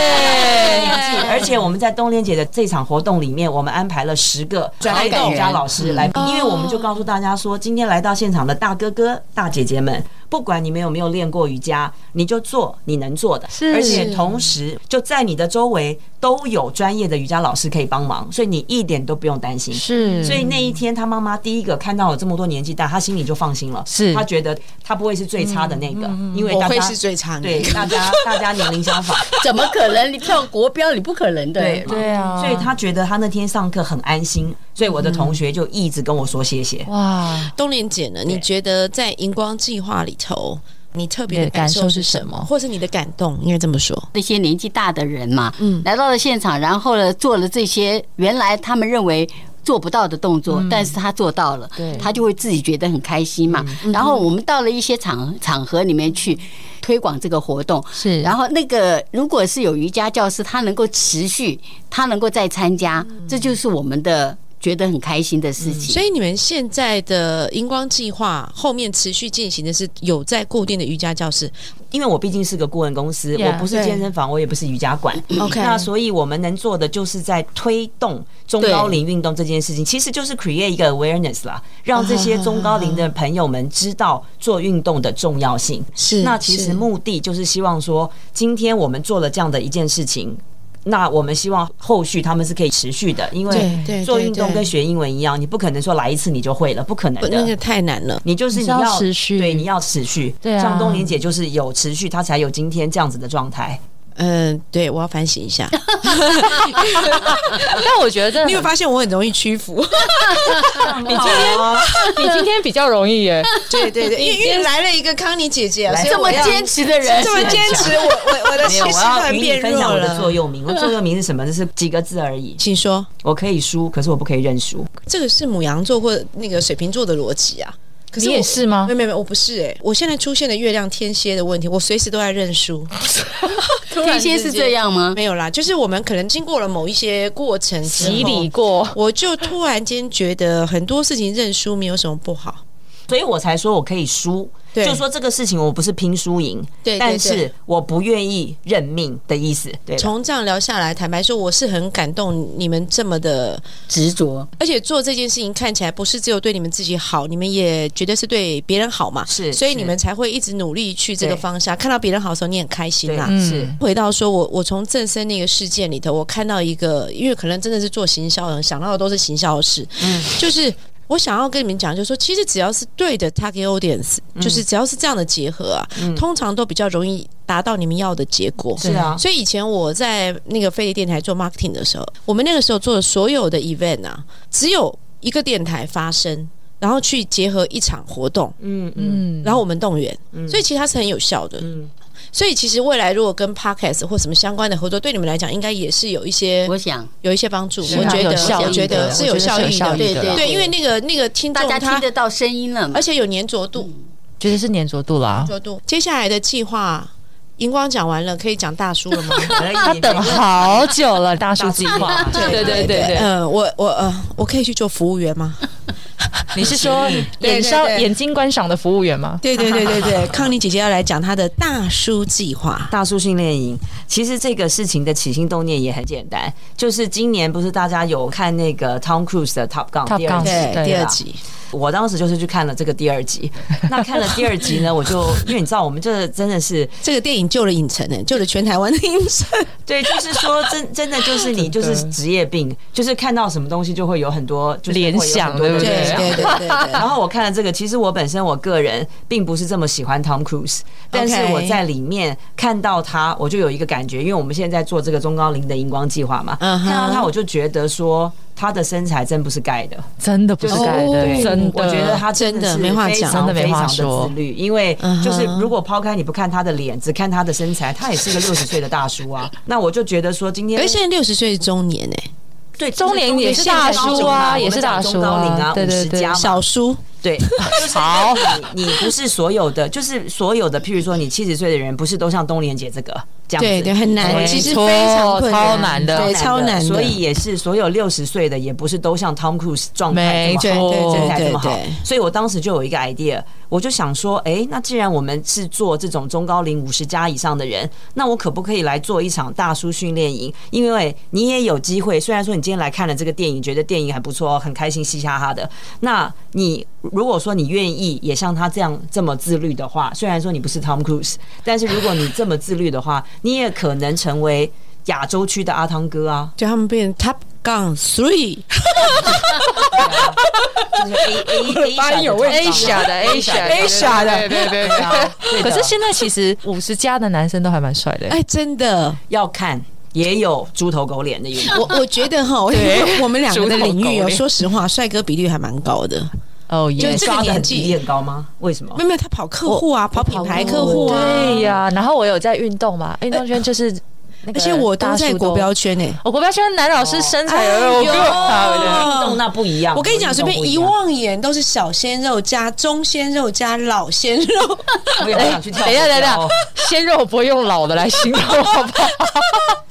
S2: 而且我们在冬莲姐的这场活动里面，我们安排了十个专业的瑜伽老师来，因为我们就告诉大家说，今天来到现场的大哥哥、大姐姐们。不管你们有没有练过瑜伽，你就做你能做的，而且同时就在你的周围都有专业的瑜伽老师可以帮忙，所以你一点都不用担心。
S6: 是，
S2: 所以那一天，他妈妈第一个看到有这么多年纪大，他心里就放心了，
S6: 是
S2: 他觉得他不会是最差的那个，因为
S3: 我
S2: 大
S3: 会
S2: 家
S3: 是最长的
S2: 对
S3: 一个。
S2: 大家大家年龄相仿，
S1: 怎么可能？你跳国标，你不可能的。
S2: 对
S6: 对啊，
S2: 所以他觉得他那天上课很安心，所以我的同学就一直跟我说谢
S6: 嗯
S2: 谢。
S6: 哇，
S3: 冬莲姐呢？你觉得在荧光计划里头，你特别
S6: 你
S3: 的
S6: 的
S3: 感
S6: 感
S3: 受
S6: 受是
S3: 是
S6: 什
S3: 什么，
S6: 么
S3: 或是你的感动？应该这么说。
S1: 那些年纪大的人嘛，
S3: 嗯
S1: 来到了现场，然后呢，做了这些原来他们认为。做不到的动
S3: 嗯
S1: 作，但是他做到了，他就会自己觉得很开心嘛。
S3: 嗯
S1: 然后我们到了一些场场合里面去推广这个活动，
S6: 是
S1: 然后那个如果是有瑜伽教师，他能够持续，他能够再参加，这就是我们的觉得很开心的事
S3: 嗯
S1: 情。
S3: 所以你们现在的荧光计划后面持续进行的是有在固定的瑜伽教室
S2: 因为我毕竟是个顾问公司
S6: Yeah，
S2: 我不是健身房，我也不是瑜伽馆。
S3: OK
S2: 那所以我们能做的就是在推动中高龄运动这件事情，其实就是 create 一个 awareness 啦，让这些中高龄的朋友们知道做运动的重要性。
S3: 是
S2: 那其
S3: 嗯
S2: 实
S3: 是
S2: 目的就是希望说，今天我们做了这样的一件事情。那我们希望后续他们是可以持续的，因
S3: 对对
S2: 为做
S3: 对
S2: 运动
S3: 对
S2: 跟学英文一样，你不可能说来一次你就会了，不可能
S3: 不
S2: 的
S3: 哦那。个太难了。
S2: 你就是
S6: 你
S2: 你
S6: 是要
S2: 要
S6: 持续
S2: 对，你要持续。
S6: 对啊
S2: 像东林姐就是有持续，她才有今天这样子的状态。
S3: 嗯、对我要反省一 下。
S6: 但我觉得真的
S3: 你有发现我很容易屈服？
S2: 你今天
S6: 你今天比较容易耶，
S3: 对对对，因为因为来了一个康妮姐姐啊，
S2: 来
S3: 所以
S1: 这
S3: 我
S1: 么
S3: 要
S1: 坚持的人，
S3: 这么坚持，我我我的
S2: 没
S3: 气
S2: 有，
S3: 势
S2: 我
S3: 突
S2: 要
S3: 然
S2: 与你
S3: 变
S2: 分
S3: 弱
S2: 享我的座
S3: 了。
S2: 右铭。我座右铭是什么？就是几个字而已。
S3: 请说，
S2: 我可以输，可是我不可以认输。
S3: 这个是母羊座或那个水瓶座的逻辑啊。可 是
S6: 你
S3: 我
S6: 也是吗
S3: 没？有没有没有，我不是哎、我现在出现了月亮天蝎的问题，我随时都在认输。
S1: 天蝎是这样吗？
S3: 没有啦，就是我们可能经过了某一些过程之后
S6: 洗礼，过，
S3: 我就突然间觉得很多事情认输没有什么不好。
S2: 所以我才说我可以输，
S3: 对
S2: 就说这个事情我不是拼输赢，
S3: 对对
S2: 但
S3: 对
S2: 是我不愿意认命的意思。对了，
S3: 从这样聊下来，坦白说，我是很感动你们这么的
S1: 执着，
S3: 而且做这件事情看起来不是只有对你们自己好，你们也觉得是对别人好嘛，
S2: 是
S3: 所以
S2: 是
S3: 你们才会一直努力去这个
S2: 对
S3: 方向。看到别人好的时候，你很开心啊
S2: 对
S3: 啦。
S2: 是
S3: 回到说我我从正生那个事件里头，我看到一个，因为可能真的是做行销的人，想到的都是行销的事，嗯，就是。我想要跟你们讲，就是说，其实只要是对的 target audience，、就是
S2: 嗯
S3: 只要是这样的结合啊，通常都比较容易达到你们要的结果。
S2: 是啊，
S3: 所以以前我在那个飞碟电台做 marketing 的时候，我们那个时候做的所有的 event 啊，只有一个电台发声，然后去结合一场活动，
S2: 嗯嗯，
S6: 嗯，
S3: 然后我们动员，所以其实它是很有效的。
S2: 嗯
S3: 所以其实未来如果跟 podcast 或什么相关的合作，对你们来讲应该也是有一些
S1: 我想
S3: 有一些帮助。
S6: 是
S3: 我
S6: 啊
S3: 觉得
S6: 有效益的
S3: 我觉得是有效益
S6: 我觉得是有效益
S3: 的。
S6: 的
S1: 对对
S3: 对，因为那个那个听
S1: 大
S3: 众
S1: 家听
S3: 他，
S1: 得到声音了嘛
S3: 而。且有粘着度，
S6: 觉得是粘着度啦，
S3: 着度。接下来的计划，荧光讲完了，可以讲大叔了吗？
S2: 他
S6: 等好久了，大数计划，
S2: 对对对对对，
S3: 嗯，我我呃，我可以去做服务员吗？
S6: 你是说
S3: 对
S6: 眼梢
S3: 对对
S6: 眼睛观赏的服务员吗？
S3: 对对对对对，康妮姐姐要来讲她的大叔计划。
S2: 大叔训练营，其实这个事情的起心动念也很简单，就是今年不是大家有看那个 Tom Cruise 的 Top Gun
S6: Top
S2: 第二
S6: Gun
S2: 季，
S6: 对
S3: 第
S2: 啊
S3: 二集
S2: 我当时就是去看了这个第二集。那看了第二集呢，我就因为你知道，我们这真的是
S3: 这个电影救了影城呢、欸救了全台湾的影城。
S2: 对，就是说真真的就是你就是职业病，就是看到什么东西就会有很多就是会有
S6: 联想
S2: 很多
S6: 对
S2: 的
S6: 不
S2: 联
S3: 对
S2: 想
S3: 对对对对，
S2: 然后我看了这个，其实我本身我个人并不是这么喜欢 Tom Cruise，但是我在里面看到他，我就有一个感觉，因为我们现在做这个中高龄的荧光计划嘛，
S3: 嗯哼
S2: 看到他我就觉得说他的身材真不是盖的，
S6: 真的不是盖的，
S2: 对
S6: 真的，
S2: 哦我觉得他真的
S3: 真的
S2: 是
S3: 没话讲
S2: 非常
S6: 真的没话
S2: 非常
S6: 说
S2: 的自律，因为
S3: 嗯哼
S2: 就是如果抛开你不看他的脸，只看他的身材，他也是个六十岁的大 叔啊。那我就觉得说今天
S3: 可是现在六十岁是中年欸呢、
S2: 对
S6: 中年也是大叔啊也是大叔啊
S2: 中高龄啊，
S6: 对对对
S2: 50加嘛
S3: 小叔
S2: 对，好，你你不是所有的，就是所有的，譬如说你七十岁的人，不是都像冬莲姐这个这样子，
S3: 对对很难，
S6: 没
S3: 其实
S6: 错
S3: 非常困
S6: 超难的
S3: 对哎超难的，
S2: 所以也是所有六十岁的也不是都像 Tom Cruise 状态
S6: 没
S2: 这
S6: 错
S2: 么
S3: 哦
S2: 好，身
S3: 对
S2: 材这
S3: 对
S2: 么好
S3: 对。
S2: 所以我当时就有一个 idea，我就想说，哎，那既然我们是做这种中高龄五十加以上的人，那我可不可以来做一场大叔训练营？因为你也有机会，虽然说你今天来看了这个电影，觉得电影还不错，很开心，嘻嘻哈哈的。那你如果说你愿意也像他这样这么自律的话，虽然说你不是 Tom Cruise，但是如果你这么自律的话， 你也可能成为亚洲区的阿汤哥啊。
S3: 就他们变成 Top Gun Three，
S2: 就是 A A 啊
S6: 发音有问题啊 Asia 的
S2: 哎
S6: Asia 的
S2: 对对对对。
S6: 可是现在其实五十加的男生都还蛮帅的、
S3: 哎，真 的，
S2: 要看也有猪头狗脸的原因。
S3: 我我觉得哈，我我们两个的领 域哦，说实话，帅哥比率还蛮高的。
S6: 哦耶
S3: 就！这个
S2: 抓得很
S3: 年纪
S2: 比例很高吗？为什么
S3: 没？有没有，他跑客户啊，跑品牌客户啊，
S6: 对呀、然后我有在运动嘛，运动圈就是那个
S3: 而且我都在国标圈呢。
S6: 我国标圈男老师身材有
S3: 哎呦
S6: 有 有
S2: 运动那不一样。
S3: 哎我跟你讲，随便
S2: 运动不
S3: 一
S2: 样，
S3: 望眼都是小鲜肉加中鲜肉加老鲜肉，
S2: 我也不想去 跳。
S6: 等一下，等一下，，鲜肉不会用老的来形容，好不好？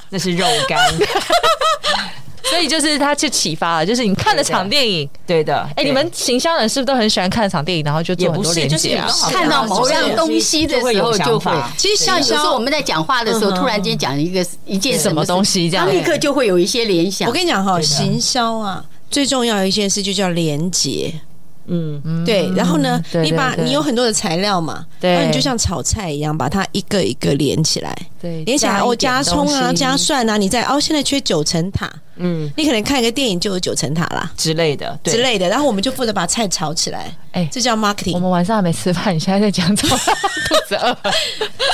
S2: 那是肉干。
S6: 所以就是他去启发了，就是你看了场电影，
S2: 对的，
S6: 哎、你们行销人是不是都很喜欢看场电影，然后就
S2: 也
S6: 做很
S2: 不
S6: 多
S2: 是，
S6: 连
S2: 就是
S6: 接
S2: 你
S6: 啊？
S1: 看到某样东西的时候就会
S2: 会有想法。
S3: 其实
S1: 像嗯
S3: 像
S1: 有时候我
S3: 肖，
S1: 们在讲话的时候，突然间讲一个一件
S6: 什么
S1: 事
S6: 东西这样
S1: 他立刻就会有一些联想
S3: 我。跟你讲哈，
S2: 对的
S3: 行销啊，最重要的一件事就叫连结。
S2: 嗯，
S3: 对，然后呢，
S6: 对
S3: 你把
S6: 对对
S3: 你有很多的材料嘛，
S6: 对
S3: 然后你就像炒菜一样，把它一个一个连起来，
S6: 对，
S3: 连起来哦，加葱啊，加蒜啊，你再哦，现在缺九层塔，
S2: 嗯
S3: 你可能看一个电影就有九层塔啦
S2: 之类的，对
S3: 之类的，然后我们就负责把菜炒起来，
S6: 哎
S3: 这叫
S6: 我
S3: marketing。
S6: 们晚上还没吃饭，你现在在讲 什么？肚子饿。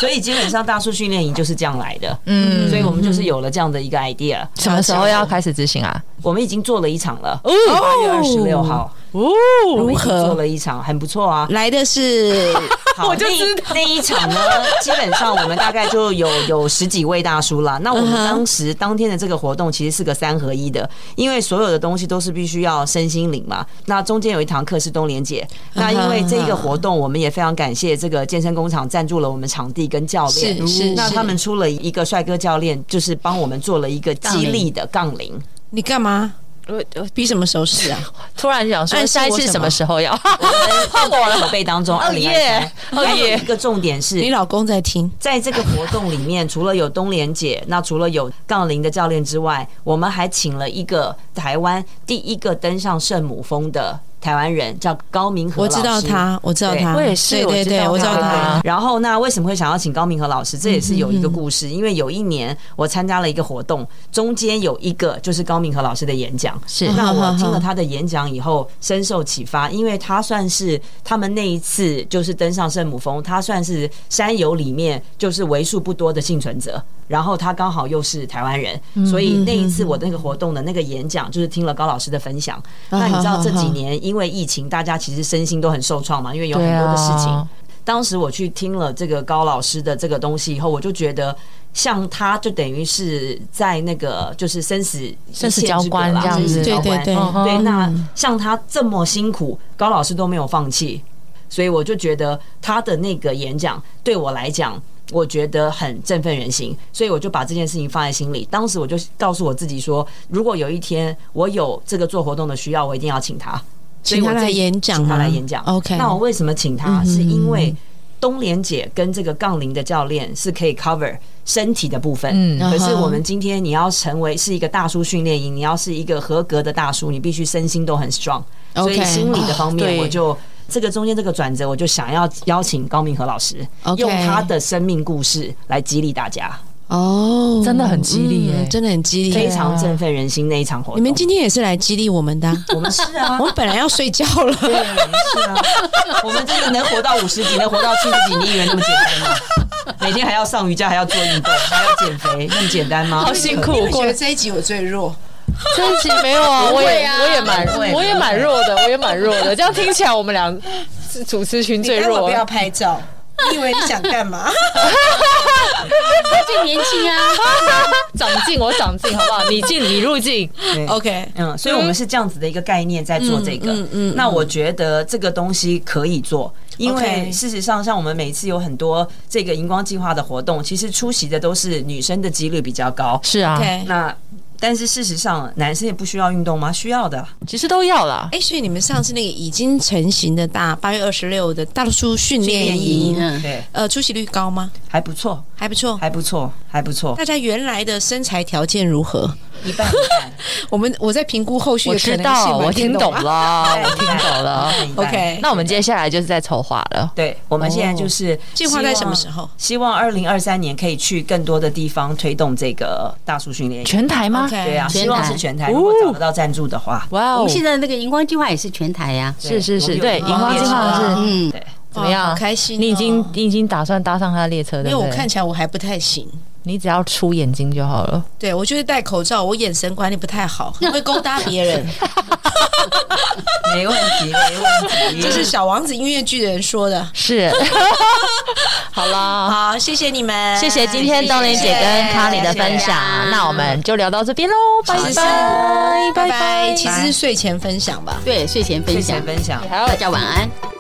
S2: 所以基本上大数训练营就是这样来的。嗯，所以我们就是有了这样的一个 idea。
S6: 什么时候要开始执行啊？
S2: 我们已经做了一场了，八月二十六号，
S6: 哦，
S2: 我们已
S3: 哦
S2: 经
S3: 如何
S2: 做了一场，很不错啊。
S3: 来的是
S2: 好，那那一场呢， 基本上我们大概就有 有十几位大叔啦。那我们当时当天的这个活动其实是个三合一的，因为所有的东西都是必须要身心灵嘛。那中间有一堂课是冬莲姐，那因为这一个活动，我们也非常感谢这个健身工厂赞助了我们场地跟教练。
S3: 是是
S2: 那
S3: 是
S2: 他们出了一个帅哥教练，就是帮我们做了一个激励的杠铃。
S3: 你干嘛？比什么手势啊？
S6: 突然想说，
S3: 暗示我
S6: 下一次什么时 候要？
S2: 换我了，准备当中，二
S6: 哦
S2: 零
S6: 耶
S2: 二
S6: 哦
S2: 三。还有
S6: 耶
S2: 一个重点是，
S3: 你老公在听，
S2: 在这个活动里面，除了有东莲姐，那除了有杠铃的教练之外，我们还请了一个台湾第一个登上圣母峰的台湾人，叫高明和
S3: 我
S2: 老师。
S3: 知道他，我知道
S6: 对
S3: 他，
S6: 我也是
S3: 对对对，
S6: 我
S3: 我
S6: 知
S3: 知
S6: 道
S3: 道
S6: 他
S3: 他。
S2: 然后，那为什么会想要请高明和老师？这也是有一个故
S6: 嗯
S2: 事，因为有一年我参加了一个活动，中间有一个就是高明和老师的演讲。
S6: 是
S3: 哈
S2: 那
S3: 哈
S2: 我
S3: 哈
S2: 听了他的演讲以后，深受启发，因为他算是他们那一次就是登上圣母峰，他算是山友里面就是为数不多的幸存者。然后他刚好又是台湾人，
S6: 嗯
S2: 所以那一次我那个活动的那个演讲，就是听了高老师的分享。那你知道这
S6: 嗯
S2: 几年因为疫情，大家其实身心都很受创嘛，因为有很多的事情。
S6: 对啊
S2: 当时我去听了这个高老师的这个东西以后，我就觉得。像他就等于是在那个就是生死
S6: 生死
S2: 一线
S6: 交
S2: 之隔啦
S6: 关这样
S2: 生死
S6: 子
S2: 交
S3: 对对
S2: 关
S3: 对，
S6: 嗯
S2: 对，那像他这么辛苦，高老师都没有放弃，所以我就觉得他的那个演讲对我来讲。我觉得很振奋人心，所以我就把这件事情放在心里。当时我就告诉我自己说，如果有一天我有这个做活动的需要，我一定要请他。所以
S3: 请
S2: 我
S3: 他
S2: 这
S3: 来演讲
S2: 请他
S3: 吗
S2: 来演讲。
S3: OK
S7: 嗯
S2: 那我为什么请他？是因为东莲姐跟这个杠铃的教练是可以 cover 身体的部分，
S5: 嗯
S2: 可是我们今天你要成为是一个大叔训练营，你要是一个合格的大叔，你必须身心都很 strong，所以
S7: OK 哦
S2: 心理的方面
S7: 对
S2: 我就。这个中间这个转折，我就想要邀请高明和老师
S7: OK
S2: 用他的生命故事来激励大家，
S7: 哦，
S5: 真的很激励耶
S7: 嗯真的很激励。
S2: 非常振奋人心那一场活动。
S7: 你们今天也是来激励我们的啊、
S2: 我们是 啊，
S7: 我们本来要睡觉了，
S2: 对，是啊， 我们真的能活到五十几，能活到七十几，你以为那么简单吗？每天还要上瑜伽，还要做运动，还要减肥，那么简单吗？
S6: 好辛苦，
S3: 我
S6: 过
S3: 觉得这一集我最弱，
S6: 这一集没有啊，我也、我也
S2: 不会
S6: 蛮我也蛮弱的，我也蛮弱的。这样听起来，我们俩是主持群最
S3: 你待
S6: 弱啊
S3: 会不。要拍照。你以为你想干嘛？
S1: 他最年轻啊，
S6: 长进，我长进，好不好？你进，你入境。
S2: 对
S3: OK
S2: 嗯，所以我们是这样子的一个概念在做这个。
S3: 嗯嗯嗯嗯
S2: 那我觉得这个东西可以做，因为
S3: OK
S2: 事实上，像我们每次有很多这个荧光计划的活动，其实出席的都是女生的几率比较高。
S5: 是啊，
S3: OK，
S2: 那但是事实上，男生也不需要运动吗？需要的。
S5: 其实都要啦。
S3: 哎，所以你们上次那个已经成型的大八月二十六的大叔训练营，
S1: 嗯，
S2: 对，
S3: 呃，出席率高吗？
S2: 还不错，
S3: 还不错。
S2: 还不错，还不错，
S3: 大家原来的身材条件如何？
S2: 一半一半。
S3: 我们我在评估后续
S5: 我
S3: 的可
S5: 知
S3: 能性
S5: 道，
S3: 嘛
S5: 我听懂。了，我听懂
S2: 啊
S5: 了。
S3: OK，哦
S5: 那我们接下来就是在筹划了。
S2: 对，我们现在就是
S3: 计划在什么时
S2: 候？
S3: 候？
S2: 希望二零二三年可以去更多的地方推动这个大数训练营。
S5: 全台吗？
S3: OK
S2: 对啊，
S1: 全台
S2: 希望是全台，如果找得到赞助的话。
S5: 哇
S1: 我
S5: 哦
S1: 们，现在那个荧光计划也是全台呀、
S5: 是是是，对，
S2: 对
S5: 荧
S2: 我们
S5: 光
S2: 有
S5: 计
S2: 我
S5: 划
S2: 们有
S5: 是
S1: 嗯，
S5: 怎么样？
S3: 哇好开心哦
S5: 你已经你已经打算搭上他的列车，
S3: 因
S5: 对
S3: 为
S5: 不
S3: 我
S5: 对？
S3: 看起来我还不太行，
S5: 你只要出眼睛就好了。
S3: 对我就是戴口罩，我眼神管理不太好，会勾搭别人。
S2: 没问题，没 问题。
S3: 这是小王子音乐剧的人说的。
S5: 是， 好啦，
S3: 好，谢谢你们，
S5: 谢谢今天东林姐跟卡里的分享，那我们就聊到这边喽，拜
S3: 谢谢
S5: 拜
S3: 拜拜。其实是睡前分享吧。
S1: 对，睡前
S2: 谢
S1: 分
S2: 谢
S1: 享，
S2: 分享。
S1: 大家晚安。